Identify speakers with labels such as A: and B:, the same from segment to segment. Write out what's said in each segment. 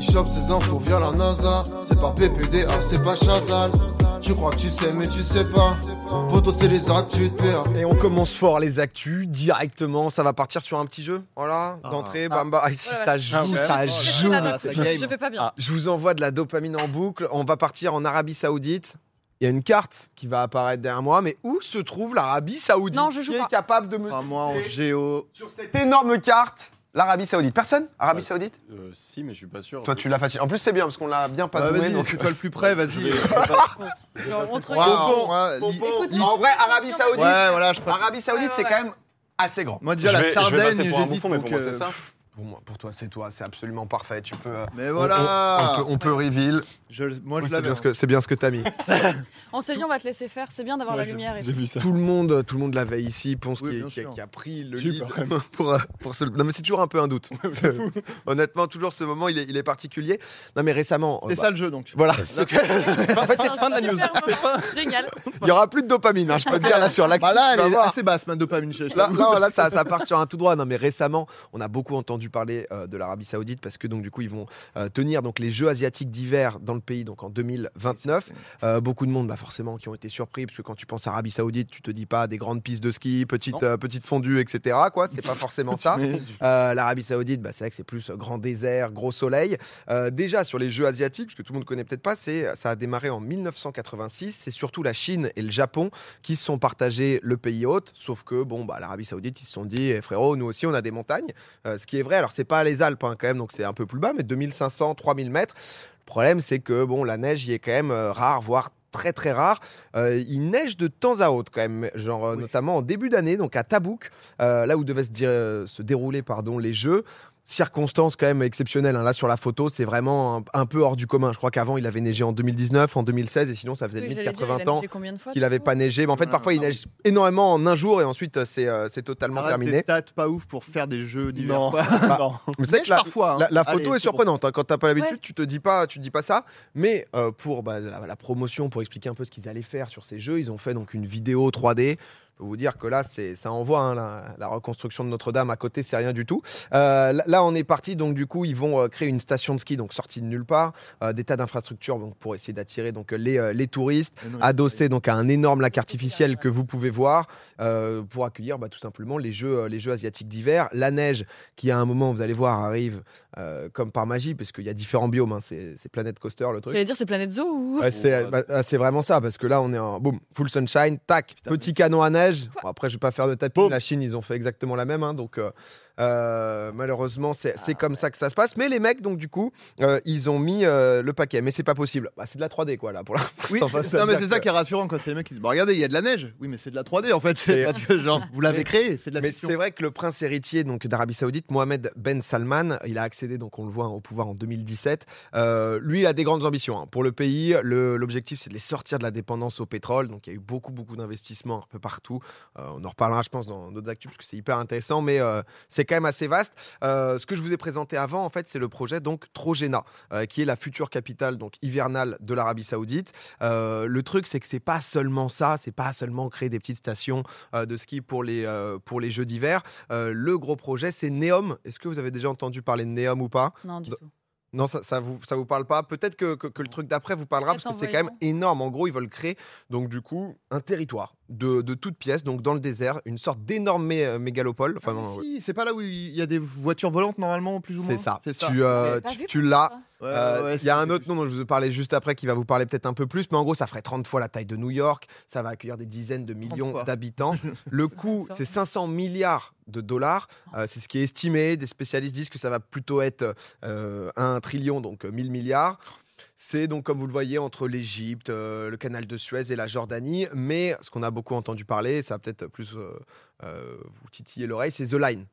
A: chopes ces infos via la NASA. C'est pas PPDA, c'est pas Chazal. Tu crois que tu sais, mais tu sais pas. Poto, c'est les actus de PA.
B: Et on commence fort les actus directement. Ça va partir sur un petit jeu. Voilà, d'entrée, bam bam. Ah, ici,
C: Ouais,
B: ça joue,
D: Ah, ouais.
B: ça
D: Ah,
B: joue.
C: la doc.
B: ça game.
C: Je fais pas bien.
B: Je vous envoie de la dopamine en boucle. On va partir en Arabie Saoudite. Il y a une carte qui va apparaître derrière moi, mais où se trouve l'Arabie Saoudite
C: Non, je joue
B: Qui
C: pas.
B: est capable de me
D: Enfin, Ah, moi, en
B: citer
D: géo.
B: sur cette énorme carte L'Arabie Saoudite. Personne Arabie
E: Ouais.
B: Saoudite
E: Euh, si, mais je suis pas sûr.
B: Toi, tu l'as facile. En plus, c'est bien parce qu'on l'a bien pas
D: Bah,
B: trouvé,
D: vas-y,
B: donc-
D: c'est toi le plus près,
E: Je vais-
D: vas-y.
C: Genre, on te
D: Ouais,
C: regarde.
B: Pompon,
D: moi, li-
E: pompon.
C: Écoute,
B: En vrai, Arabie Saoudite.
D: Ouais, voilà, je passe.
B: Arabie Saoudite,
C: Ouais, ouais,
B: c'est
C: ouais.
B: quand même assez grand.
D: Moi, déjà,
E: je
D: la
E: vais- je vais
D: Sardaigne,
E: passer pour un
D: j'hésite.
E: bouffon, mais
D: donc,
E: pour moi,
D: euh,
E: c'est ça.
B: Pour moi, pour toi, c'est toi. C'est absolument parfait. Tu peux. euh,
D: Mais
B: on-
D: voilà
B: On, on peut, on peut reveal.
D: Je- Moi,
B: Oui,
D: je
B: c'est
D: l'avais. hein.
B: bien, ce que- c'est bien ce que t'as mis.
C: On s'est dit, on va te laisser faire. C'est bien d'avoir la
E: Ouais,
C: lumière. et
E: J'ai
C: tout.
E: j'ai vu ça.
B: tout le monde, tout le monde l'avait ici. Ponce
D: Oui,
B: qui,
D: bien
B: qui-
D: sûr.
B: qui a pris le
E: J'ai eu
B: lead
E: peur, quand
B: pour, euh, pour se- Non mais c'est toujours un peu un doute. C'est- Honnêtement, toujours ce moment, il est, il est particulier. Non mais récemment. euh,
D: C'est
B: bah,
D: ça le jeu, donc.
B: Voilà.
E: En fait,
C: C'est un super moment. Génial.
B: Il y aura plus de dopamine. hein, je peux te dire là sur la.
D: Bah là,
B: tu vas
D: elle est
B: voir.
D: assez basse, ma dopamine. je- je
B: Là,
D: t'avoue.
B: non, là, ça, ça part sur un tout droit. Non, mais récemment, on a beaucoup entendu parler euh, de l'Arabie Saoudite parce que donc du coup, ils vont euh, tenir donc les Jeux asiatiques d'hiver dans le pays donc en 2029. Euh, beaucoup de monde, bah forcément, qui ont été surpris parce que quand tu penses à Arabie Saoudite, tu te dis pas des grandes pistes de ski, petite
E: Non.
B: euh, petite fondue, etc. Quoi, c'est pas forcément
E: Bah,
B: ça.
D: Mais-
B: Euh, L'Arabie Saoudite, bah, c'est vrai que c'est plus euh, grand désert, gros soleil. Euh, déjà sur les Jeux asiatiques, parce que tout le monde connaît peut-être pas, c'est ça a démarré en 1986. C'est surtout la Chine et le Japon qui se sont partagés le pays hôte. Sauf que bon, bah, l'Arabie Saoudite, ils se sont dit, eh, frérot, nous aussi on a des montagnes, Euh, ce qui est vrai. Alors c'est pas les Alpes hein, quand même, donc c'est un peu plus bas, mais 2500, 3000 mètres. Le problème, c'est que bon, la neige y est quand même euh, rare, voire très très rare. Euh, il neige de temps à autre quand même, genre euh, notamment en début d'année, donc à Tabouk, euh, là où devaient se, dire- euh, se dérouler pardon, les Jeux. Circonstances quand même exceptionnelles. hein. Là, sur la photo, c'est vraiment un, un peu hors du commun. Je crois qu'avant, il avait neigé en 2019, en 2016, et sinon, ça faisait
C: Oui,
B: limite
C: j'allais dire,
B: 80
C: il a
B: ans
C: neigé combien de fois
B: qu'il n'avait
C: du
B: pas
C: coup
B: neigé. Mais en fait,
D: Ouais,
B: parfois, il
D: ah oui.
B: neige énormément en un jour, et ensuite, euh, c'est euh, c'est totalement
D: Ça reste
B: terminé.
D: Des stats pas ouf pour faire des jeux d'hiver.
E: Non,
D: quoi.
E: non.
B: Mais c'est vrai que la,
D: Parfois, hein.
B: la- la
D: Allez,
B: photo
D: c'est
B: est surprenante. hein. Quand t'as pas l'habitude,
C: Ouais.
B: tu te dis pas, tu te dis pas ça. Mais euh, pour bah, la, la promotion, pour expliquer un peu ce qu'ils allaient faire sur ces jeux, ils ont fait donc une vidéo 3D. Je peux vous dire que là, c'est ça envoie hein, la, la reconstruction de Notre-Dame à côté, c'est rien du tout. Euh, là- là, on est parti. Donc du coup, ils vont euh, créer une station de ski, donc sortie de nulle part, euh, des tas d'infrastructures donc pour essayer d'attirer donc les, euh, les touristes
D: Mais non, il-
B: adossé donc à un énorme lac artificiel que vous pouvez voir euh, pour accueillir bah, tout simplement les jeux, euh, les jeux asiatiques d'hiver. La neige qui à un moment, vous allez voir, arrive euh, comme par magie parce qu'il y a différents biomes. hein. c'est c'est Planet Coaster le truc.
C: J'allais dire, c'est Planète Zoo ou.
B: Ouais, c'est bah, ah, c'est vraiment ça parce que là on est en boum full sunshine tac petit canon à neige Bon, après je vais pas faire de tapis
E: Boum.
B: la Chine ils ont fait exactement la même hein, donc euh, euh, malheureusement c'est
D: Ah
B: c'est comme ça que ça se passe mais les mecs donc du coup euh, ils ont mis euh, le paquet mais c'est pas possible Bah, c'est de la 3D quoi là pour la
D: Oui,
B: Enfin,
D: c'est- non, mais c'est
B: que-
D: ça qui est rassurant quand c'est les mecs qui disent Bon, regardez, il y a de la neige. Oui, mais c'est de la 3D en fait. C'est parce que, genre, vous l'avez créé, c'est de la
B: Mais
D: fiction.
B: c'est vrai que le prince héritier donc d'Arabie Saoudite, Mohamed Ben Salman, il a accédé donc on le voit hein, au pouvoir en 2017. Euh, lui, il a des grandes ambitions hein. pour le pays. Le- L'objectif, c'est de les sortir de la dépendance au pétrole. Donc il y a eu beaucoup beaucoup d'investissements un peu partout. Euh, on en reparlera, je pense, dans d'autres actus parce que c'est hyper intéressant. Mais euh, c'est quand même assez vaste. Euh, ce que je vous ai présenté avant, en fait, c'est le projet donc Trojena, euh, qui est la future capitale donc hivernale de l'Arabie Saoudite. Euh, le truc, c'est que c'est pas seulement ça, c'est pas seulement créer des petites stations euh, de ski pour les, euh, pour les Jeux d'hiver. Euh, le gros projet, c'est Neom. Est-ce que vous avez déjà entendu parler de Neom ou pas
C: Non, du
B: Non.
C: tout.
B: Non, ça, ça vous, ça vous parle pas. Peut-être que, que- que le truc d'après vous parlera, parce que
C: Peut-être
B: c'est
C: en
B: quand même
C: voyant.
B: énorme. En gros, ils veulent créer, donc du coup, un territoire de, de toutes pièces, donc dans le désert, une sorte d'énorme mé- euh, mégalopole.
D: Ah,
B: Enfin,
D: mais
B: non,
D: si, c'est pas là où il y a des voitures volantes normalement, plus ou moins
B: c'est ça.
D: C'est ça.
B: Tu, euh,
C: Mais t'as
B: tu-
C: vu
B: tu
C: pour
B: l'as.
C: ça
D: Ouais,
B: Euh,
D: Ah, ouais,
B: il y a
D: c'est-
B: un autre nom dont je vous ai parlé juste après qui va vous parler peut-être un peu plus, mais en gros, ça ferait 30 fois la taille de New York, ça va accueillir des dizaines de
D: 30
B: millions
D: fois.
B: d'habitants. Le coût, c'est 500 milliards de dollars, Euh, c'est ce qui est estimé. Des spécialistes disent que ça va plutôt être euh, 1 trillion, donc euh, 1000 milliards. C'est donc, comme vous le voyez, entre l'Égypte, euh, le canal de Suez et la Jordanie. Mais ce qu'on a beaucoup entendu parler, ça va peut-être plus euh, euh, vous titiller l'oreille, c'est The Line.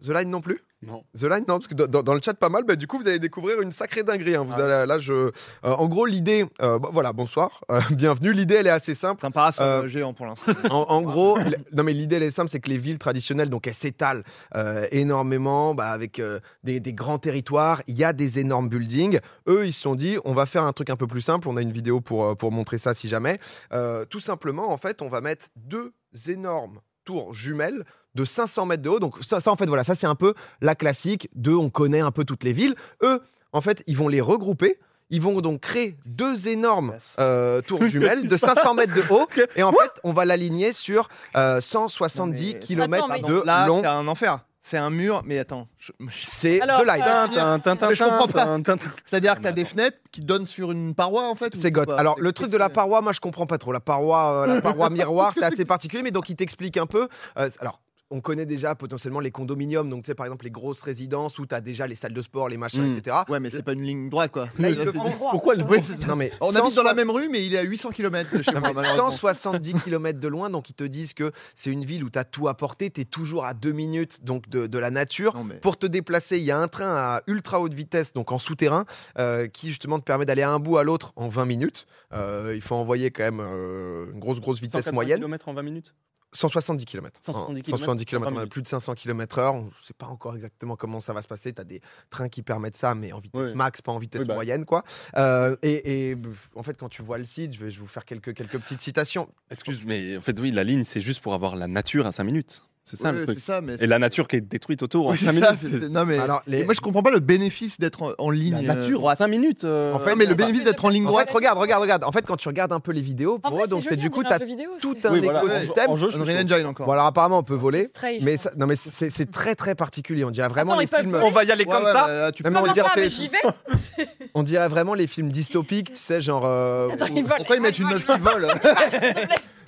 B: The Line non plus
E: Non.
B: The Line, non, parce que dans- dans, dans le chat, pas mal. Bah, du coup, vous allez découvrir une sacrée dinguerie. hein. Vous allez, là, je, euh, en gros, l'idée, euh, bah, voilà, bonsoir, euh, bienvenue. L'idée, elle est assez simple.
D: C'est un parasol
B: Euh,
D: euh, géant pour l'instant.
B: En, en gros, l- non, mais l'idée, elle est simple, c'est que les villes traditionnelles, donc, elles s'étalent euh, énormément, bah, avec euh, des, des grands territoires. Il y a des énormes buildings. Eux, ils se sont dit, on va faire un truc un peu plus simple. On a une vidéo pour, euh, pour montrer ça, si jamais. Euh, tout simplement, en fait, on va mettre deux énormes tours jumelles de 500 mètres de haut. Donc ça, ça, en fait, voilà, ça c'est un peu la classique de on connaît un peu toutes les villes. Eux, En fait, ils vont les regrouper. Ils vont donc créer deux énormes euh, tours jumelles de 500 mètres de haut. Et en fait, on va l'aligner sur euh, 170
D: Non, mais-
B: km
C: Attends, mais-
B: de
D: Là,
B: long.
D: c'est un enfer. C'est un mur, mais attends. je-
B: C'est
C: Alors,
B: The Light.
C: euh,
D: Ah, Mais je comprends pas.
E: pas.
D: C'est-à-dire que
E: mais
D: t'as des
E: attends.
D: fenêtres qui donnent sur une paroi en fait. ou
B: C'est goth.
D: pas
B: Alors
D: C'est-
B: le truc de la
D: qu'est-ce que
B: paroi, moi je comprends pas trop. La paroi, euh, la paroi miroir, c'est assez particulier, mais donc il t'explique un peu. Euh, alors. On connaît déjà potentiellement les condominiums, donc tu sais par exemple les grosses résidences où tu as déjà les salles de sport, les machins,
E: Mm.
B: etc.
D: c'est Ouais, mais c'est pas une ligne droite quoi.
B: Là, ils
D: Ça,
B: le
D: c'est-
B: font.
E: Pourquoi le
D: Oui, c'est ça.
B: Non mais
D: On habite dans
B: 160
D: la même rue, mais il est à 800 km de chez moi, malheureusement.
B: 170 km de loin, donc ils te disent que c'est une ville où tu as tout apporté, tu es toujours à deux minutes donc de, de la nature.
D: Non, mais-
B: Pour te déplacer, il y a un train à ultra haute vitesse, donc en souterrain, euh, qui justement te permet d'aller à un bout à l'autre en 20 minutes. Euh, il faut envoyer quand même euh, une grosse, grosse vitesse moyenne.
E: km en 20 minutes
B: 170 km.
E: 170
B: km,
E: en
B: on a
E: 20
B: plus de 500 km/h. On ne sait pas encore exactement comment ça va se passer. Tu as des trains qui permettent ça, mais en vitesse
E: Oui.
B: max, pas en vitesse
E: Oui, bah.
B: moyenne. quoi. Euh, et, et, pff, en fait, quand tu vois le site, je vais, je vais vous faire quelques, quelques petites citations.
E: Excuse, mais en fait, oui, la ligne, c'est juste pour avoir la nature à 5 minutes. C'est ça
D: Ouais,
E: le
D: c'est
E: truc.
D: ça, mais
E: Et la nature qui est détruite autour en
D: Oui,
E: 5
D: c'est ça,
E: minutes.
D: c'est-
E: c'est-
D: Non mais.
B: Alors, les-
D: Et Moi, je comprends pas le bénéfice d'être en, en ligne.
E: La
D: euh,
E: nature en
D: droite.
E: 5 minutes. euh,
B: En fait,
D: Ouais, mais le
E: on va-
D: bénéfice d'être en ligne
B: En
D: droite.
B: fait, regarde, regarde, regarde. En fait, quand tu regardes un peu les vidéos,
C: En
B: pour
C: vrai,
B: eux, donc
C: c'est
B: c'est
C: joli,
B: du
C: on
B: coup,
C: dirait
B: tu
C: un jeu vidéo,
B: tout
C: c'est-
B: un
E: Oui, voilà, en-
B: écosystème.
E: en jeu, je suis
D: Unreal
E: chaud.
D: Engine encore.
B: Voilà, apparemment, on peut
C: C'est
B: voler.
C: strange,
B: Mais,
C: je
B: ça-
C: pense.
B: non, mais c'est c'est très très particulier. On dirait vraiment
C: Attends,
B: les
C: ils peuvent
B: films.
C: voler
E: on va y aller
D: Ouais,
E: comme
D: ouais,
E: ça.
D: bah, là, tu peux
B: Comment
C: Comment
D: pas
B: on
D: dire
C: ça
D: c'est-
C: Mais j'y vais
B: On dirait vraiment les films dystopiques, tu sais, genre. euh,
C: Attends, ils volent.
D: Pourquoi ils mettent une meuf qui vole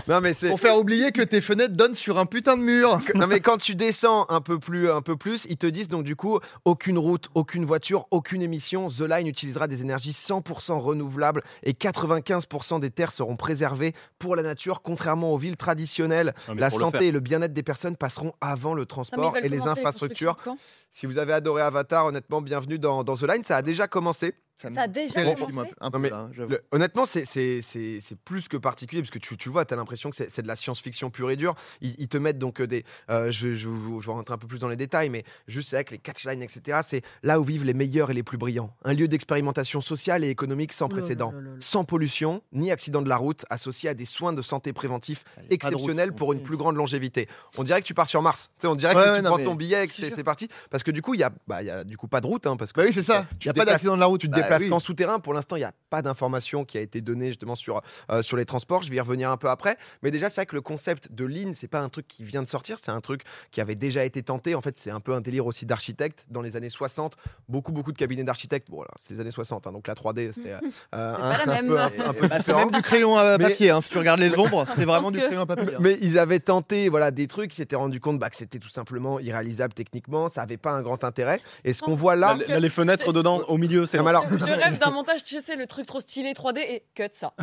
B: Non mais c'est.
D: Pour faire oublier que tes fenêtres donnent sur un putain de mur.
B: Non mais quand tu descends un peu plus, un peu plus, ils te disent donc du coup aucune route, aucune voiture, aucune émission. The Line utilisera des énergies 100% renouvelables et 95% des terres seront préservées pour la nature, contrairement aux villes traditionnelles.
E: Non, mais
B: La
E: pour le
B: santé et le bien-être des personnes passeront avant le
C: Non, mais ils
B: transport
C: veulent
B: et les
C: commencer
B: infrastructures.
C: constructions
B: Si vous avez adoré Avatar, honnêtement, bienvenue dans, dans The Line. Ça a déjà commencé.
C: quand Ça a déjà
D: terrifie,
C: commencé
D: moi, un
B: Non,
D: peu
B: mais
D: là, j'avoue.
B: Le- honnêtement, c'est- c'est c'est- c'est plus que particulier parce que tu, tu vois, tu as l'impression que c'est c'est de la science-fiction pure et dure. Ils, ils te mettent donc euh, des. euh, je, je, vous- je vais rentrer un peu plus dans les détails, mais juste avec les catchlines, etc. C'est là où vivent les meilleurs et les plus brillants. Un lieu d'expérimentation sociale et économique sans
D: Oh
C: Oulala,
B: précédent.
C: oulala.
B: Sans pollution, ni accident de la route, associé à des soins de santé préventifs
D: Ah, y a pas de route,
B: exceptionnels pour une
D: on-
B: plus grande longévité. On dirait que tu pars sur Mars. Tu sais, on dirait
D: Ouais,
B: que
D: ouais,
B: tu
D: non,
B: prends
D: mais-
B: ton billet et que c'est c'est parti. Parce que du coup, il n'y a, bah, il y a du coup pas de route. hein, parce que
D: Bah oui, c'est ça.
B: Tu
D: Il y a
B: te
D: pas
B: déplaces-
D: d'accident de la route.
B: tu te
D: Bah
B: déplaces
D: oui.
B: qu'en souterrain. Pour l'instant, il n'y a pas d'information qui a été donnée justement sur, euh, sur les transports. Je vais y revenir un peu après. Mais déjà, c'est vrai que le concept de ligne, c'est pas un truc qui vient de sortir, c'est un truc qui avait déjà été tenté. En fait, c'est un peu un délire aussi d'architecte. Dans les années 60, beaucoup, beaucoup de cabinets d'architectes. Bon, voilà, c'est les années 60, hein, donc la 3D, c'était euh, un,
C: pas la
B: un
C: même.
B: peu, un,
D: Et-
B: un peu
D: bah, c'est
B: différent.
D: même du crayon à
B: Mais-
D: papier. hein, Si tu regardes les ombres, c'est vraiment
C: pense
D: du
C: que-
D: crayon à papier. hein.
B: Mais ils avaient tenté voilà, des trucs, ils s'étaient rendu compte bah, que c'était tout simplement irréalisable techniquement, ça n'avait pas un grand intérêt. Et ce qu'on voit là.
E: Là, là, les fenêtres dedans, au milieu, c'est. Ah,
B: Non, mais alors,
C: Je rêve d'un montage, tu sais, le truc trop stylé 3D et cut ça.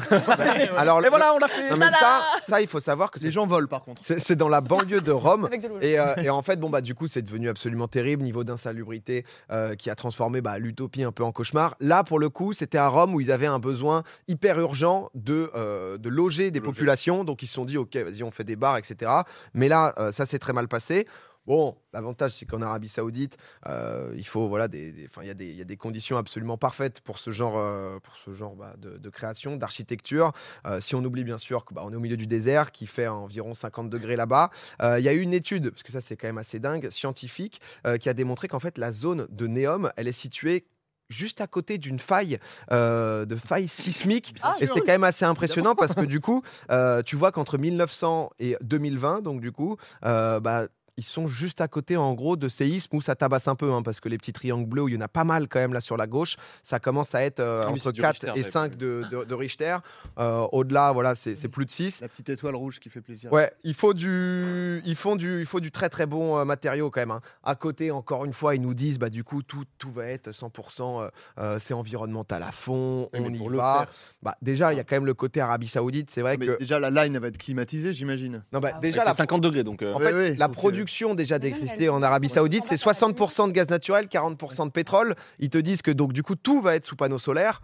B: alors,
E: Et voilà, on l'a fait.
B: non, mais ça,
C: Tadam
B: ça, il faut savoir que
D: Les
B: c'est-
D: gens volent par contre.
B: c'est c'est dans la banlieue de Rome.
C: Avec de l'eau.
B: Et, euh, et en fait, bon, bah, du coup, c'est devenu absolument terrible, niveau d'insalubrité euh, qui a transformé bah, l'utopie un peu en cauchemar. Là, pour le coup, c'était à Rome où ils avaient un besoin hyper urgent de, euh, de loger des
E: Loger.
B: populations. Donc, ils se sont dit, OK, vas-y, on fait des bars, etc. Mais là, euh, ça s'est très mal passé. Bon, l'avantage, c'est qu'en Arabie Saoudite, euh, il faut voilà des, des- enfin, il y, a des- il y a des conditions absolument parfaites pour ce genre, euh, pour ce genre bah, de, de création, d'architecture. Euh, si on oublie bien sûr que bah, on est au milieu du désert, qui fait environ 50 degrés là-bas. Euh, Il y a eu une étude, parce que ça c'est quand même assez dingue, scientifique, euh, qui a démontré qu'en fait la zone de Neom, elle est située juste à côté d'une faille, euh, de faille sismique.
C: Ah,
B: Et c'est quand même assez impressionnant parce que du coup, euh, tu vois qu'entre 1900 et 2020, donc du coup, euh, bah, ils sont juste à côté en gros de séismes où ça tabasse un peu, hein, parce que les petits triangles bleus, où il y en a pas mal quand même là sur la gauche, ça commence à être euh,
E: Ah oui,
B: entre
E: c'est du
B: 4
E: Richter,
B: et
E: t'avais
B: 5 de, de- de Richter. Euh, Au-delà, voilà, c'est c'est plus de 6.
D: La petite étoile rouge qui fait plaisir.
B: Ouais, il faut du, il faut du, il faut du très très bon euh, matériau quand même. hein. À côté, encore une fois, ils nous disent bah du coup tout, tout va être 100%, euh, euh, c'est environnemental à fond,
E: Oui, mais
B: on y
E: pour le
B: va.
E: faire.
B: Bah déjà, il y a quand même le côté Arabie Saoudite, c'est vrai
D: Mais
B: que
D: déjà la line elle va être climatisée, j'imagine.
B: non bah
C: Ah ouais.
B: déjà
E: Avec
B: la,
E: les 50 degrés, donc. euh,
B: en
D: Ouais,
B: fait,
D: ouais,
B: la
D: donc, euh,
B: production déjà
C: Mais même,
B: d'électricité
C: elle-
B: en Arabie
C: elle-
B: Saoudite,
C: elle-
B: c'est
C: elle- elle-
B: 60% de gaz naturel, 40% de pétrole. Ils te disent que donc du coup tout va être sous panneau solaire.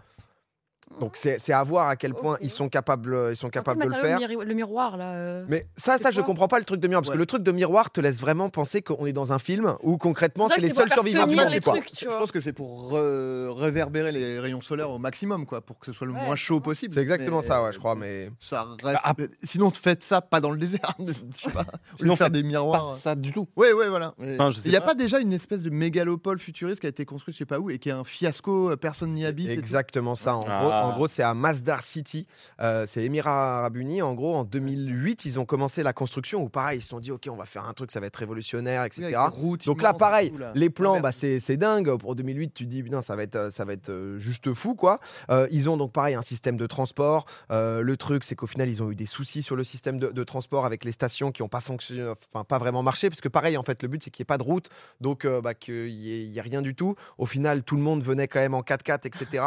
B: Donc c'est c'est à voir à quel point
C: Ok.
B: ils sont capables, ils sont
F: Un peu
B: capables de le faire.
F: matériau miri- le miroir, là. euh.
B: Mais ça,
F: C'est
B: ça, je
F: quoi
B: comprends pas le truc de miroir parce que
D: Ouais.
B: le truc de miroir te laisse vraiment penser qu'on est dans un film où concrètement
C: C'est vrai
B: c'est
C: que
B: les
C: c'est pour
B: seuls
C: faire
B: survivants.
C: tenir
B: qui
C: les
B: sont, quoi.
C: trucs, tu
D: Je
C: vois.
D: pense que c'est pour re- réverbérer les rayons solaires au maximum, quoi, pour que ce soit le
F: Ouais,
D: moins chaud possible.
B: C'est exactement
D: Mais-
B: ça, ouais, je crois. Mais Bah,
D: Ça reste-
E: Ah.
D: mais Sinon, faites ça pas dans le désert. je sais pas. Au lieu
E: Sinon,
D: de faire
E: faites
D: des miroirs.
E: Pas ça du tout.
D: Ouais, ouais, voilà. Mais
E: Enfin, je sais
D: Il n'y a
E: pas.
D: pas déjà une espèce de mégalopole futuriste qui a été construite, je sais pas où, et qui est un fiasco, euh, personne n'y habite. et tout.
B: exactement ça. En
E: Ah.
B: gros, en gros, c'est à Masdar City, euh, c'est Émirats Arabes Unis. En gros, en 2008, ils ont commencé la construction où pareil, ils se sont dit, ok, on va faire un truc, ça va être révolutionnaire,
D: Oui,
B: etc.
D: avec des routes
B: Donc là,
D: immenses et
B: pareil,
D: tout, là. Ah,
B: Les plans,
D: Inverse.
B: bah, c'est c'est dingue. Pour 2008, tu dis, putain, ça va être, euh, ça va être euh, juste fou, quoi. Euh, ils ont donc, pareil, un système de transport. Euh, le truc, c'est qu'au final, ils ont eu des soucis sur le système de, de transport avec les stations qui n'ont pas fonctionné, enfin, pas vraiment marché. Parce que, pareil, en fait, le but, c'est qu'il n'y ait pas de route. Donc, euh, bah, qu'il n'y ait, rien du tout. Au final, tout le monde venait quand même en 4x4, etc.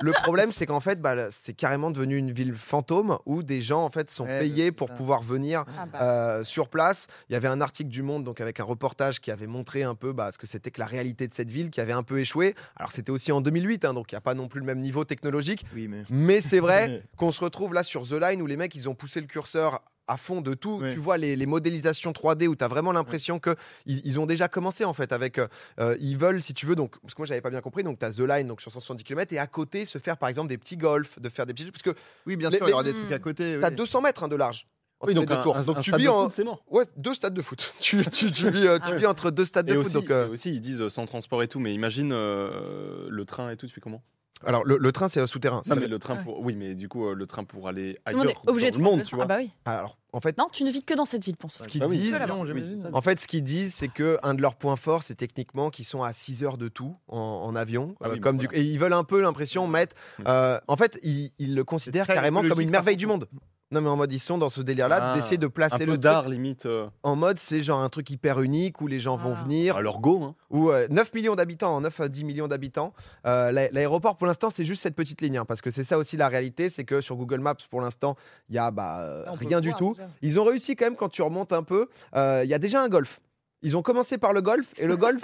B: le problème, c'est qu'en fait, bah, c'est carrément devenu une ville fantôme où des gens, en fait, sont
D: Ouais, bah,
B: payés
D: c'est
B: pour
D: ça.
B: pouvoir venir
C: Ah bah.
B: euh, sur place. Il y avait un article du Monde, donc avec un reportage qui avait montré un peu bah, ce que c'était que la réalité de cette ville qui avait un peu échoué. Alors c'était aussi en 2008, hein, donc il n'y a pas non plus le même niveau technologique.
D: Oui, mais.
B: Mais c'est vrai qu'on se retrouve là sur The Line où les mecs, ils ont poussé le curseur à fond de tout.
D: Ouais.
B: Tu vois les, les modélisations 3D où tu as vraiment l'impression que qu'ils ils ont déjà commencé en fait avec. euh, euh, ils veulent, si tu veux, donc, parce que moi j'avais pas bien compris, donc tu as The Line donc, sur 170 km et à côté se faire par exemple des petits golfs, de faire des petits. Parce que tu
D: Oui, bien
B: Les-
D: sûr, il y aura
F: les-
D: des trucs à côté. oui.
B: as 200 mètres hein, de large. entre
E: Oui,
B: les
E: donc,
B: deux
E: un-
B: cours.
E: un-
B: donc
E: un
B: tu
E: stade
B: vis
E: de
B: en,
E: foot, c'est mort.
B: Ouais, deux stades de foot. tu, tu- tu vis, euh, tu vis entre deux stades de
E: Ah Et
B: foot.
E: aussi,
B: donc, euh,
E: et aussi, ils disent euh, 1transport et tout, mais imagine euh, le train et tout, tu fais comment
B: Alors, le, le train, c'est euh, souterrain.
E: Non,
B: Ça-
E: mais le train
F: ouais.
E: pour. Oui, mais du coup, euh, le train pour aller
F: Tout le monde
E: ailleurs.
F: est obligé
E: dans
F: de
E: le
F: prendre
E: monde,
F: le
E: tu
F: train.
E: vois.
F: Ah bah oui.
B: Alors, en fait,
F: Non, tu ne vis que dans cette ville, pense.
B: ce qu'ils
E: Ah oui,
F: bah
B: disent.
E: voilà.
D: Non, j'imagine.
E: Oui.
B: En fait, ce qu'ils disent, c'est que un de leurs points forts, c'est techniquement qu'ils sont à 6 heures de tout en, en avion.
E: Ah
B: euh,
E: oui,
B: comme
E: bah
B: du... Et ils veulent un peu l'impression mettre.
E: Oui.
B: euh, en fait, ils, ils le considèrent
D: très
B: carrément comme une
D: écologique,
B: merveille
D: par
B: du
D: contre.
B: monde. Non, mais en mode, ils sont dans ce délire-là
E: Ah,
B: d'essayer de
E: Un
B: placer
E: peu
B: le truc.
E: d'art, limite. euh,
B: En mode, c'est genre un truc hyper unique où les gens vont
F: Ah.
B: venir.
E: Alors, go, hein.
B: où euh, 9 millions d'habitants, en 9 à 10 millions d'habitants. Euh, l'a- L'aéroport, pour l'instant, c'est juste cette petite ligne, hein, parce que c'est ça aussi la réalité, c'est que sur Google Maps, pour l'instant, il y a bah, euh,
D: On peut
B: rien du
D: voir,
B: tout.
D: déjà.
B: Ils ont réussi quand même, quand tu remontes un peu, euh, il y a déjà un golf. Ils ont commencé par le golf, et le golf,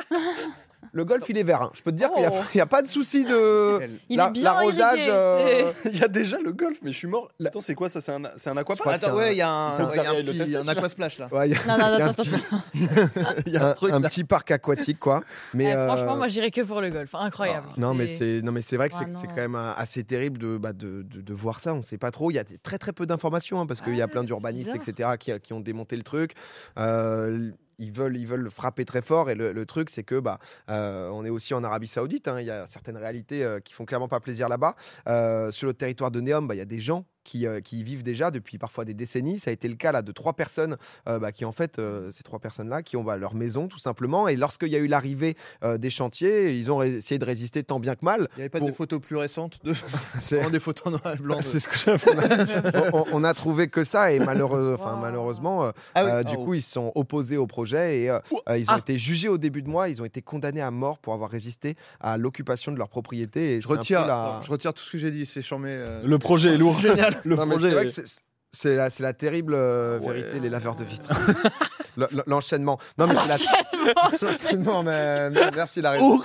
B: le golf il est vert. hein. Je peux te dire qu'il
C: Oh.
B: n'y a, pas de souci de...
D: Elle-
F: Il
B: la-
F: est bien
B: L'arrosage...
F: irrigué.
B: euh,
E: Il y a déjà le golf, mais je suis mort. Attends, c'est quoi ça C'est un, c'est un aquapark
B: crois que c'est
D: Attends, ouais, il y a
E: Il faut
D: un,
E: que
D: il y a
E: ça
D: un
E: aille le
D: petit
E: tester,
D: un aquasplash là.
B: ouais, il y a-
F: Non, non,
B: il y a
F: non,
B: un
F: attends,
B: petit-
F: attends.
D: Il y a
B: un
D: un truc
B: un
D: là.
B: petit parc aquatique, quoi. Mais,
F: Eh, Franchement,
B: euh,
F: moi, j'irais que pour le golf. hein. Incroyable.
B: Non mais c'est non mais c'est vrai que c'est-
F: Ah, non.
B: c'est quand même euh, assez terrible de, bah, de, de- de voir ça. On sait pas trop. Il y a des- très très peu d'informations hein, parce qu'il y a
F: Ouais,
B: plein
F: Ah, c'est
B: d'urbanistes
F: bizarre.
B: etc qui, qui ont démonté le truc. Euh, ils veulent, ils veulent le frapper très fort et le, le truc c'est que bah euh, on est aussi en Arabie Saoudite. hein. Il y a certaines réalités euh, qui font clairement pas plaisir là-bas. Euh, sur le territoire de Neom, bah, il y a des gens. Qui, euh, qui y vivent déjà depuis parfois des décennies. Ça a été le cas là de trois personnes euh, bah, qui en fait
D: Mm.
B: euh, ces trois personnes là qui ont bah, leur maison tout simplement. Et lorsqu'il y a eu l'arrivée euh, des chantiers, ils ont ré- essayé de résister tant bien que mal.
D: Il n'y avait pas
B: Pour-
D: des photos plus récentes de
B: C'est-
D: vraiment des photos en noir et blanc. de-
B: C'est ce que j'avais. on, on- on a trouvé que ça et malheureux, enfin,
F: Wow.
B: malheureusement, euh,
D: Ah oui,
B: euh,
D: ah,
B: du
D: oh.
B: coup, ils se sont opposés au projet et euh, euh, ils ont
F: Ah.
B: été jugés au début de mois. Ils ont été condamnés à mort pour avoir résisté à l'occupation de leur propriété. Et
D: je
B: c'est un peu
D: retire,
B: la-
D: je retire tout ce que j'ai dit, c'est charmé. euh,
E: Le projet est lourd.
D: Génial.
E: Le
B: Non, mais
E: projet
B: c'est vrai
E: est-
B: que c'est- c'est la, c'est la terrible euh,
E: Ah Ouais.
B: vérité, les laveurs de vitres. Le- le- L'enchaînement. Non, mais c'est la- l'enchaînement, mais- mais merci la raison.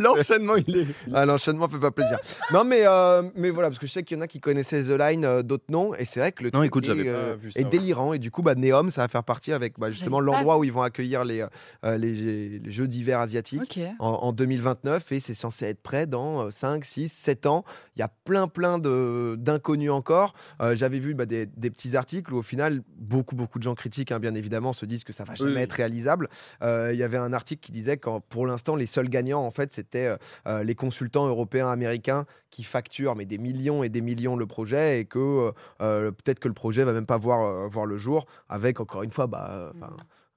E: L'enchaînement, il est.
B: Ah, l'enchaînement fait pas plaisir. Non, mais, euh, mais voilà, parce que je sais qu'il y en a qui connaissaient The Line, euh, d'autres non, et c'est vrai que le
E: Non,
B: truc
E: écoute,
B: est, euh,
E: j'avais pas vu ça,
B: est
E: ouais.
B: délirant, et du coup, bah, Neom, ça va faire partie avec bah, justement
F: J'avais pas
B: l'endroit où ils vont accueillir les, euh, les, jeux- les Jeux d'hiver asiatiques.
F: Ok.
B: En, en 2029 et c'est censé être prêt dans euh, 5, 6, 7 ans. Il y a plein plein de- d'inconnus encore. Euh, J'avais vu bah, des, des petits articles où au final beaucoup beaucoup de gens critiquent hein, bien évidemment se disent que ça va jamais
E: Oui.
B: être réalisable. Euh, Il y avait un article qui disait que pour l'instant les seuls gagnants en fait c'était euh, euh, les consultants européens américains qui facturent mais des millions et des millions le projet et que euh, euh, peut-être que le projet va même pas voir, euh, voir le jour avec encore une fois bah, euh, 'fin,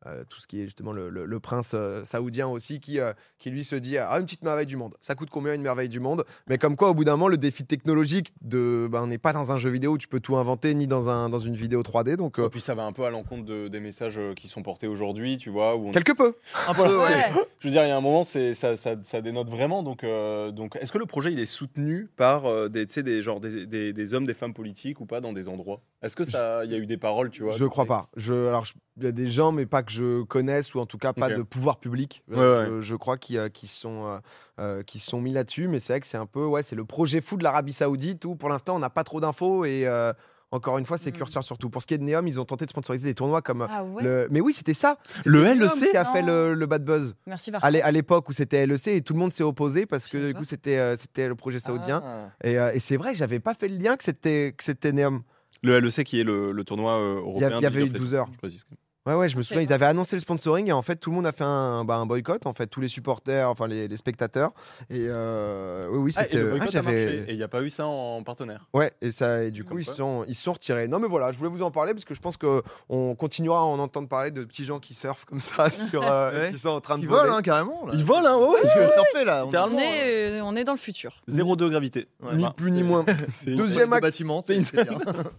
B: euh, tout ce qui est justement le, le- le prince euh, saoudien aussi qui, euh, qui lui se dit ah une petite merveille du monde ça coûte combien une merveille du monde mais comme quoi au bout d'un moment le défi technologique de bah, on n'est pas dans un jeu vidéo où tu peux tout inventer ni dans, un, dans une vidéo 3D donc euh,
E: Et puis ça va un peu à l'encontre de- des messages euh, qui sont portés aujourd'hui, tu vois. Où on-
B: quelque peu
D: Un peu, ouais.
F: Ouais.
E: Je veux dire, il y a un moment, c'est, ça, ça, ça dénote vraiment. Donc, euh, donc, est-ce que le projet il est soutenu par euh, des, tu sais, des, genre, des, des, des hommes, des femmes politiques ou pas dans des endroits Est-ce que ça, il y a eu des paroles, tu vois
B: je crois pas je, alors je- il y a des gens mais pas que je connaisse ou en tout cas pas
E: Ok.
B: de pouvoir public.
E: Ouais,
B: Euh,
E: ouais.
B: Je, je crois qui, euh, qui sont euh, euh, qui sont mis là-dessus, mais c'est vrai que c'est un peu ouais, c'est le projet fou de l'Arabie Saoudite où pour l'instant on n'a pas trop d'infos et euh, encore une fois c'est
F: Mm.
B: curseur surtout. Pour ce qui est de Neom, ils ont tenté de sponsoriser des tournois comme
F: Ah ouais.
B: le. Mais oui, c'était ça.
E: Le E
B: Neom
E: LEC
B: qui a fait
F: non.
B: le, le bad buzz
F: Merci Var.
B: à l'é- à l'époque où c'était LEC et tout le monde s'est opposé parce que
F: savais
B: du
F: pas.
B: coup c'était euh, c'était le projet saoudien.
D: Ah.
B: Et, euh, et c'est vrai que j'avais pas fait le lien que c'était que c'était Neom.
E: Le LEC qui est le, le tournoi euh,
B: Il y, a-
E: européen.
B: il y
E: de
B: avait eu
E: League of
B: 12 heures.
E: Legends, je précise.
B: Ouais, ouais, je me
F: C'est
B: souviens, ils
F: vrai.
B: avaient annoncé le sponsoring et en fait, tout le monde a fait un, bah, un boycott, en fait, tous les supporters, enfin les, les spectateurs. Et euh, oui, oui,
E: Ah, et
B: c'était.
E: le
B: ah,
E: boycott a
B: j'avais-
E: marché, et il n'y a pas eu ça en partenaire.
B: Ouais, et, ça, et du coup,
E: Comme
B: ils
E: quoi.
B: sont, ils sont retirés. Non, mais voilà, je voulais vous en parler parce que je pense qu'on continuera à en entendre parler de petits gens qui surfent comme ça, sur, euh,
D: Ouais.
B: qui sont en train de
D: Ils
B: voler.
D: volent, hein, carrément. Là.
E: Ils volent, hein, ouais,
D: Ouais, ils veulent surfer, là.
E: Littéralement.
F: On est, euh, on est dans le futur.
E: Zéro de gravité.
D: Ouais.
B: Ni
E: Enfin,
B: plus ni moins.
E: c'est
B: Deuxième
E: une-
D: Deuxième
B: acte.
D: bâtiment,
E: C'est une-
D: c'est bien.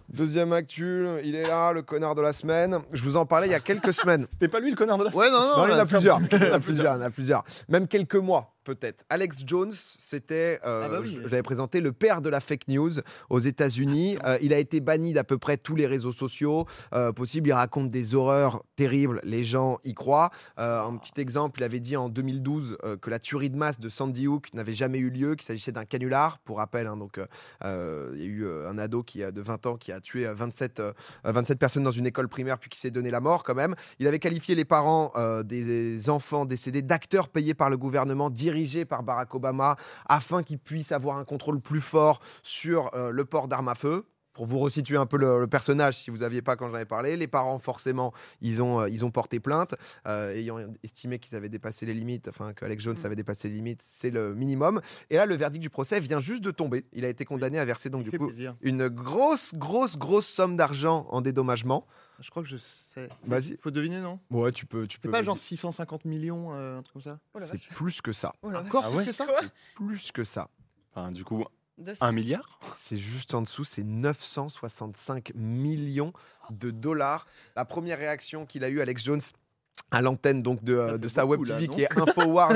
B: Deuxième actu, il est là, le connard de la semaine. Je vous en parlais il y a quelques semaines.
E: C'était pas lui le connard de la
D: Ouais, non, non.
B: Non, il y en
D: là,
B: a plusieurs. Il y en a plusieurs, il y en a plusieurs. Même quelques mois, peut-être. Alex Jones, c'était, euh,
D: Ah bah oui.
B: je- j'avais présenté le père de la fake news aux États-Unis. Euh, il a été banni d'à peu près tous les réseaux sociaux euh, possibles. Il raconte des horreurs terribles. Les gens y croient. Euh, un petit exemple, il avait dit en 2012 euh, que la tuerie de masse de Sandy Hook n'avait jamais eu lieu, qu'il s'agissait d'un canular. Pour rappel, hein, donc euh, euh, il y a eu euh, un ado qui a- de 20 ans qui a tué euh, 27 euh, euh, 27 personnes dans une école primaire puis qui s'est donné la mort quand même. Il avait qualifié les parents euh, des, des enfants décédés d'acteurs payés par le gouvernement, dirigés par Barack Obama, afin qu'ils puissent avoir un contrôle plus fort sur euh, le port d'armes à feu. Pour vous resituer un peu le, le personnage, si vous n'aviez pas quand j'en avais parlé, les parents forcément, ils ont, euh, ils ont porté plainte, euh, ayant estimé qu'ils avaient dépassé les limites, enfin que Alex Jones
F: Mm.
B: avait dépassé les limites, c'est le minimum. Et là, le verdict du procès vient juste de tomber. Il a été condamné à verser donc
D: ça
B: du
D: fait
B: coup
D: plaisir.
B: une grosse, grosse, grosse somme d'argent en dédommagement.
D: Je crois que je sais.
B: Vas-y.
D: Faut deviner, non
B: Ouais, tu peux, tu
D: C'est pas genre 650 millions, euh, un truc comme ça
F: Oh la
B: C'est plus que ça,
F: Oh là là.
D: Encore
E: Ah
D: plus
E: ouais
D: que ça
B: plus que ça.
E: Enfin, du coup,
C: De ça.
E: un milliard
B: C'est juste en dessous, c'est 965 millions de dollars. La première réaction qu'il a eue, Alex Jones, à l'antenne donc de, euh,
D: fait
B: de sa web
D: beaucoup, là,
B: TV
D: non
B: qui est InfoWars,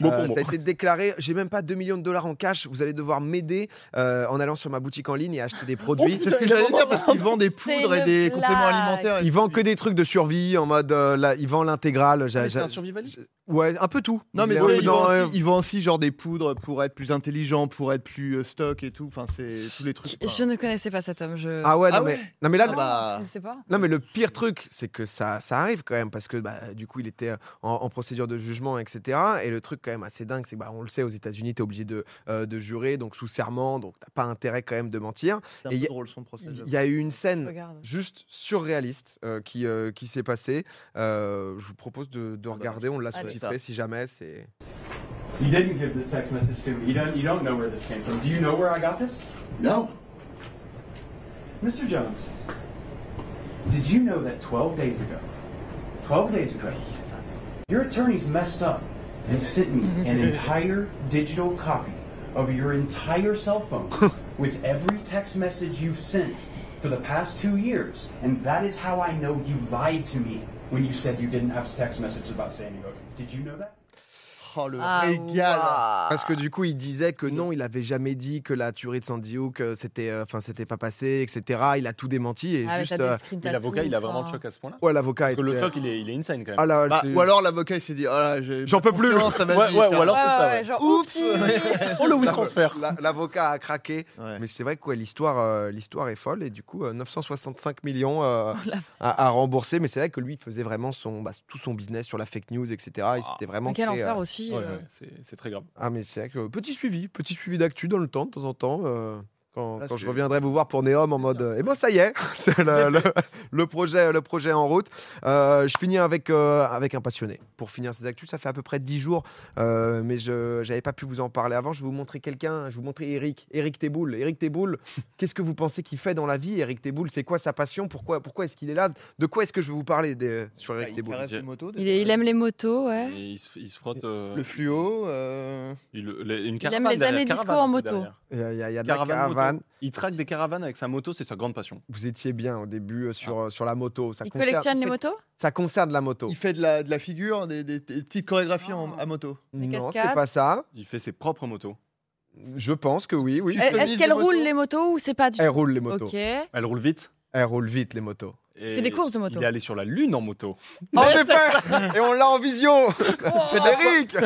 E: Mot
B: Euh,
E: pour mot.
B: ça a été déclaré. J'ai même pas 2 millions de dollars en cash. Vous allez devoir m'aider euh, en allant sur ma boutique en ligne et acheter des produits.
D: C'est ce que j'allais dire parce qu'ils vendent des poudres et
C: une
D: des compléments
C: blague.
D: alimentaires.
B: Il vend que des trucs de survie en mode euh, là, il vend l'intégrale. J'a-
E: Ah, mais c'est
B: j'a-
E: un survivaliste
B: Ouais, un peu tout.
D: Non, mais
B: Il est
D: tu sais,
B: un-
D: ils,
B: dans,
D: vendent
B: euh,
D: aussi, ils vendent aussi genre des poudres pour être plus intelligent, pour être plus euh, stock et tout. Enfin, c'est tous les trucs.
F: Je ne connaissais pas cet homme. Je
B: Ah ouais,
D: Ah
B: non,
D: ouais.
B: Mais, non mais là,
D: Ah
B: le-
D: bah,
F: je ne sais pas.
B: Non, mais le pire truc, c'est que ça, ça arrive quand même, parce que bah, du coup, il était en, en procédure de jugement, etc. Et le truc quand même assez dingue, c'est que bah, on le sait, aux États-Unis, tu es obligé de, euh, de jurer, donc sous serment, donc t'as pas intérêt quand même de mentir.
D: c'est un
B: Et il y a-
D: peu drôle son procès.
B: Il
D: j'avoue.
B: y a eu une scène
F: Regarde.
B: juste surréaliste euh, qui, euh, qui s'est passée. Euh, je vous propose de,
F: Ah,
B: de
D: bah,
B: regarder, on l'a
D: allez.
B: sous-titré si jamais. C'est
G: You didn't give this text message to me. You don't. You don't know where this came from. Do you know where I got this?
D: No.
G: Mr. Jones, did you know that 12 days ago, 12 days ago, your attorneys messed up and sent me an entire digital copy of your entire cell phone with every text message you've sent for the past two years? And that is how I know you lied to me when you said you didn't have text messages about Sandy Hook. Did you know that?
D: Oh, le
F: Ah,
D: régal.
F: waouh.
B: parce que du coup, il disait que non, il avait jamais dit que la tuerie de Sandy Hook, euh, c'était, euh, enfin, c'était pas passé, etc. Il a tout démenti et
F: Ah, mais
B: juste.
F: t'as des
B: euh,
F: screen
E: Mais l'avocat,
F: tattoos,
E: il a vraiment le
F: enfin.
E: choc à ce point-là
B: ouais, l'avocat.
E: Parce que le
B: était-
E: choc, il est, il est insane quand même.
B: Ah là,
D: Bah,
B: c'est-
D: ou alors l'avocat il s'est dit, oh là, j'ai-
B: J'en peux plus.
D: Non, ça va
E: Ouais,
D: vite,
E: ouais,
D: hein.
E: ou alors-
F: Ouais,
E: c'est ça,
F: ouais,
E: ouais.
F: genre,
D: Oups.
F: oups.
B: Ah,
F: euh,
E: Oh le oui
B: La-
E: transfert
B: la- L'avocat a craqué.
D: Ouais.
B: Mais c'est vrai que ouais, l'histoire, euh, l'histoire est folle et du coup euh, 965 millions euh,
F: Oh,
B: à, à rembourser. Mais c'est vrai que lui il faisait vraiment son, bah, tout son business sur la fake news, etc. Il
E: Ah.
B: s'était vraiment.
F: Quel
B: créé,
F: enfer
B: euh,
F: aussi.
E: Ouais,
F: euh.
E: ouais, c'est- C'est très grave.
B: Ah mais c'est vrai que euh, petit suivi, petit suivi d'actu dans le temps de temps en temps. euh, Quand,
D: Ah,
B: quand je
D: c'est-
B: reviendrai vous voir pour Neom en mode, et eh ben ça y est, c'est le, le- le projet, le projet en route. Euh, je finis avec euh, avec un passionné. Pour finir ces actus, ça fait à peu près 10 jours, euh, mais je j'avais pas pu vous en parler avant. Je vais vous montrer quelqu'un, je vais vous montrer Eric, Eric Teboul. Eric Teboul, qu'est-ce que vous pensez qu'il fait dans la vie, Eric Teboul C'est quoi sa passion Pourquoi pourquoi est-ce qu'il est là De quoi est-ce que je vais vous parler des- sur Eric
D: Bah, Il
B: Teboul
D: caresse
E: J'ai-
D: les motos, des-
F: Il, est- il aime les motos, ouais.
E: Et il, se, il se frotte. euh,
D: le fluo. euh,
E: il, les- une
F: aime
E: caravane
F: les
E: derrière,
F: années disco
E: caravane
F: en moto.
E: derrière.
B: Il y a, il y a- il y a de la
E: Caravane, moto.
B: caravane.
E: Il traque des caravanes avec sa moto, c'est sa grande passion.
B: Vous étiez bien au début euh, sur euh, sur la moto. Ça
F: Il
B: concerne-
F: collectionne Ah. les
B: en fait,
F: motos
B: Ça concerne la moto.
D: Il fait de la, de la figure, des, des- des petites chorégraphies en-
F: Ah.
D: à moto.
F: Des
B: Non, c'est
F: cascades.
B: pas ça.
E: Il fait ses propres motos.
B: Je pense que oui, oui.
D: Juste
F: Est-ce
D: mise
F: qu'elle
D: des motos.
F: roule les motos ou c'est pas du
B: Elle roule Eh, les motos.
F: Euh, Ok.
E: Elle roule vite.
B: Elle roule vite les motos.
E: Il
F: fait des courses de moto.
E: Il est allé sur la Lune en moto.
B: En effet Et on l'a en visio
F: Oh.
B: Eric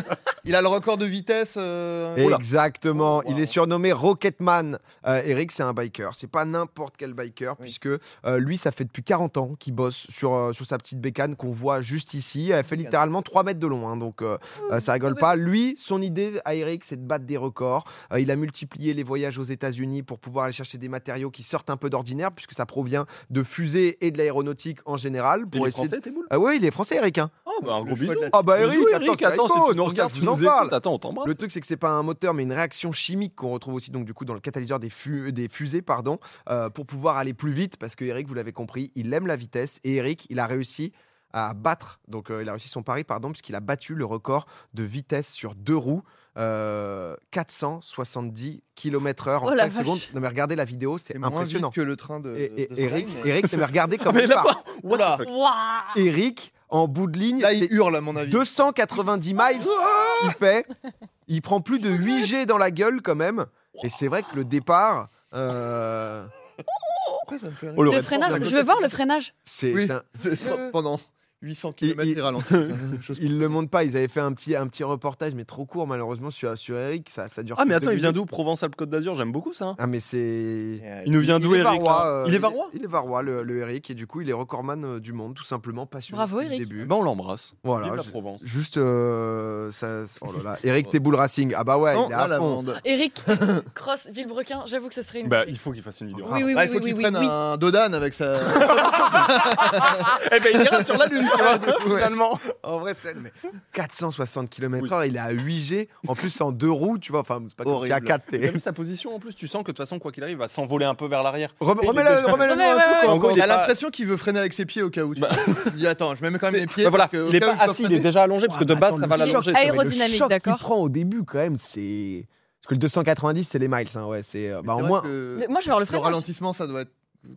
D: Il a le record de vitesse. euh, oula.
B: Exactement,
D: Oh, wow.
B: il est surnommé Rocketman. Euh, Eric, c'est un biker. C'est pas n'importe quel biker,
D: Oui.
B: puisque euh, lui, ça fait depuis 40 ans qu'il bosse sur, euh, sur sa petite bécane qu'on voit juste ici. Elle fait
D: Bécane.
B: littéralement 3 mètres de long, hein, donc euh, euh, ça
F: Ah,
B: rigole pas. Lui, son idée à Eric, c'est de battre des records. Euh, il a multiplié les voyages aux États-Unis pour pouvoir aller chercher des matériaux qui sortent un peu d'ordinaire, puisque ça provient de fusées et de l'aéronautique en général.
E: Il
B: Pour
E: est
B: essayer de-
E: français, t'es boule
B: Ah oui, il est français, Eric. hein.
E: Oh, bah un
D: Le
E: gros
D: choix
E: bisou.
D: de la-
B: Ah bah Eric,
E: Bisous,
B: attends,
E: attends,
B: c'est
E: si
B: Echo,
E: tu nous
B: tu
E: regardes,
B: nous
E: tu nous
B: en parles.
E: écoutes, attends, on t'embrasse.
B: Le truc, c'est que c'est pas un moteur, mais une réaction chimique qu'on retrouve aussi donc du coup dans le catalyseur des, fu- des fusées, pardon, euh, pour pouvoir aller plus vite. Parce que Eric, vous l'avez compris, il aime la vitesse et Eric, il a réussi à battre. Donc, euh, il a réussi son pari, pardon, puisqu'il a battu le record de vitesse sur deux roues. euh, 470 km/h en
F: Oh la
B: 5 secondes.
F: vache.
B: Non, mais regardez la vidéo, c'est
D: C'est moins vite
B: impressionnant.
D: que le train de.
B: Et, et-
D: de
B: Eric,
D: Skyline, mais-
B: Eric, mais regardez comme
E: Mais
B: il
E: là,
B: part.
E: Voilà.
C: Waouh
B: Eric, en bout de ligne,
D: Là, il
B: c'est-
D: hurle, à mon avis.
B: 290 miles
E: Ah
B: il fait. Il prend plus de 8 G dans la gueule quand même. Et c'est vrai que le départ, euh,
D: Pourquoi ça me fait rire
E: Oh, le
F: Le
E: Red Bull,
F: freinage, je veux voir le freinage.
B: c'est
D: Oui.
B: c'est un-
F: Je-
D: Pendant 800
B: Il-
D: km,
B: il-
D: il, ralentit. Putain, chose-
B: ils le montent pas. Ils avaient fait un petit un petit reportage, mais trop court malheureusement sur sur Eric. Ça ça dure.
E: Ah,
B: que
E: mais attends,
B: deux
E: il vient
B: minutes.
E: d'où Provence-Alpes-Côte d'Azur, j'aime beaucoup ça. hein.
B: Ah mais c'est.
D: Euh,
E: Il nous vient d'où,
B: est
E: Eric hein
B: varois,
E: là
B: euh,
E: Il est varois
B: Il est varois, le, le Eric, et du coup, il est recordman euh, du monde, tout simplement, passionné
F: Bravo,
B: depuis le
F: Eric.
B: début.
E: Ben, on l'embrasse. Vive
B: Voilà.
E: la
B: ju-
E: Provence.
B: Juste, euh, ça, oh là là, Eric Teboul Racing. Ah bah ouais,
D: Non,
B: il est à
D: la
B: fond.
D: bande.
C: Eric Cross, Villebrequin, j'avoue que ce serait une.
E: Bah, il faut qu'il fasse une vidéo.
F: Oui, oui,
D: Ah,
F: oui,
D: il faut
F: oui,
D: qu'il
F: oui,
D: prenne
F: oui.
D: un Dodan avec sa.
E: Eh ben, il ira sur la Lune, tu
D: Ah bah,
E: vois, finalement.
B: En vrai, c'est mais 460 km/h, il est à 8G, en plus en deux roues, tu vois. Enfin, c'est pas comme si à
D: Horrible.
B: 4 t'es.
E: Même sa position en plus, tu sens que de toute façon, quoi qu'il arrive, il va s'envoler un peu vers l'arrière.
B: Remets-
E: Et
B: Remets-le,
E: il est-
B: remets-le.
C: Ouais, ouais, ouais,
E: En gros, il
D: Il
E: est
D: a
E: pas-
D: l'impression qu'il veut freiner avec ses pieds au cas où. tu
E: Bah.
D: vois. Il dit attends, je mets quand même
E: C'est-
D: les pieds.
E: bah voilà,
D: parce que au
E: il est
D: cas où
E: pas
D: je sois
E: assis, il
D: freiné.
E: est déjà allongé parce que de base, ça va
B: le
E: l'allonger.
B: choc-
E: ce mec.
B: le
F: Aérodynamique,
B: choc qu'il
F: d'accord.
B: prend au début, quand même, c'est. Parce que le 290, c'est les miles, hein, ouais. C'est. euh, Bah,
D: C'est
B: au
D: vrai
B: moins,
D: que
F: Le- Moi, je vais voir le
D: Le
F: freinage.
D: ralentissement, ça doit être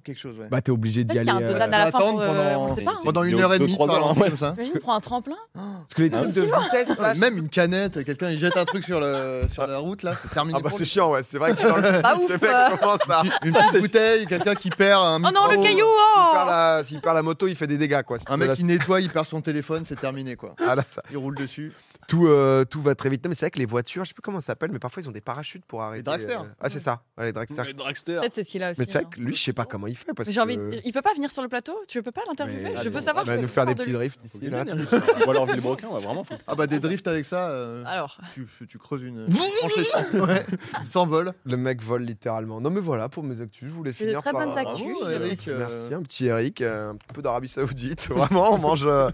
D: quelque chose, ouais.
B: bah, t'es obligé d'y
F: Peut-être
B: aller.
F: qu'il y a un
B: euh,
F: dodan à la fin
D: attendre
F: pour. euh, On le sait
E: pendant-
F: pas.
E: C'est
D: Pendant
E: une
D: une
E: vidéo
D: heure et
E: de
D: demie,
E: trois
D: ça
E: heures,
D: ralentit
E: ouais.
D: comme ça.
F: T'imagines, il prend un tremplin
B: Parce que
F: Ah,
B: les trucs de vitesse, là.
D: Même une canette, quelqu'un il jette un truc sur, le, sur la route là, c'est terminé.
B: Ah, bah,
D: pour
B: c'est
D: lui.
B: chiant, ouais. C'est vrai que dans le.
F: Pas ouf.
B: C'est
F: euh.
B: fait, comment ça
D: Une petite bouteille, quelqu'un qui perd un
F: Oh non,
D: micro,
F: le caillou
B: S'il perd
F: oh
B: la- S'il perd la moto, il fait des dégâts, quoi.
D: Un mec
B: Là,
D: qui nettoie, il perd son téléphone, c'est terminé quoi.
B: Ah, là, ça.
D: Il roule dessus.
B: tout, euh, tout va très vite. Non, mais c'est vrai que les voitures, je sais plus comment ça s'appelle, mais parfois ils ont des parachutes pour arrêter.
D: dragsters.
B: Ah, c'est ça, ouais, les dragsters.
E: Mais Dragster.
F: Peut-être c'est ce qu'il a aussi.
B: Mais c'est vrai
F: hein.
B: que lui, je sais pas comment il fait. Parce
F: Mais J'ai envie.
B: que...
F: de- Il peut pas venir sur le plateau Tu peux pas l'interviewer
B: Mais-
F: Je veux
B: Allez,
F: savoir.
B: on va
F: Ah, je veux
B: Bah, nous faire des
F: savoir de
B: petits
F: lui.
B: drifts d'ici,
E: Il est
B: là.
E: bien, Eric. Ou alors Villebrequin, ouais, vraiment. faut-
D: Ah bah des drifts avec ça, euh,
F: Alors,
D: tu, tu creuses une. tranchée, je pense. ouais, il s'envole.
B: Le mec vole littéralement. Non, mais voilà pour mes actus. Je voulais
F: C'est de
B: finir
F: très
B: par.
F: bonnes actus.
D: Bravo, Eric, euh,
B: Merci, un petit Eric, euh, un petit peu d'Arabie Saoudite. Vraiment, on mange. euh,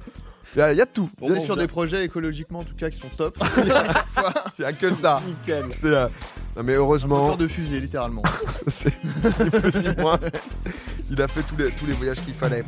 B: Il y, a- il y a tout.
E: Bon,
D: Il est
E: bon,
D: sur
E: bien.
D: des projets écologiquement en tout cas qui sont top.
B: Il y a que ça. C'est, euh, Non, mais heureusement,
D: Moteur de fusée littéralement.
B: c'est- ni plus ni moins. il a fait tous les, tous les voyages qu'il fallait.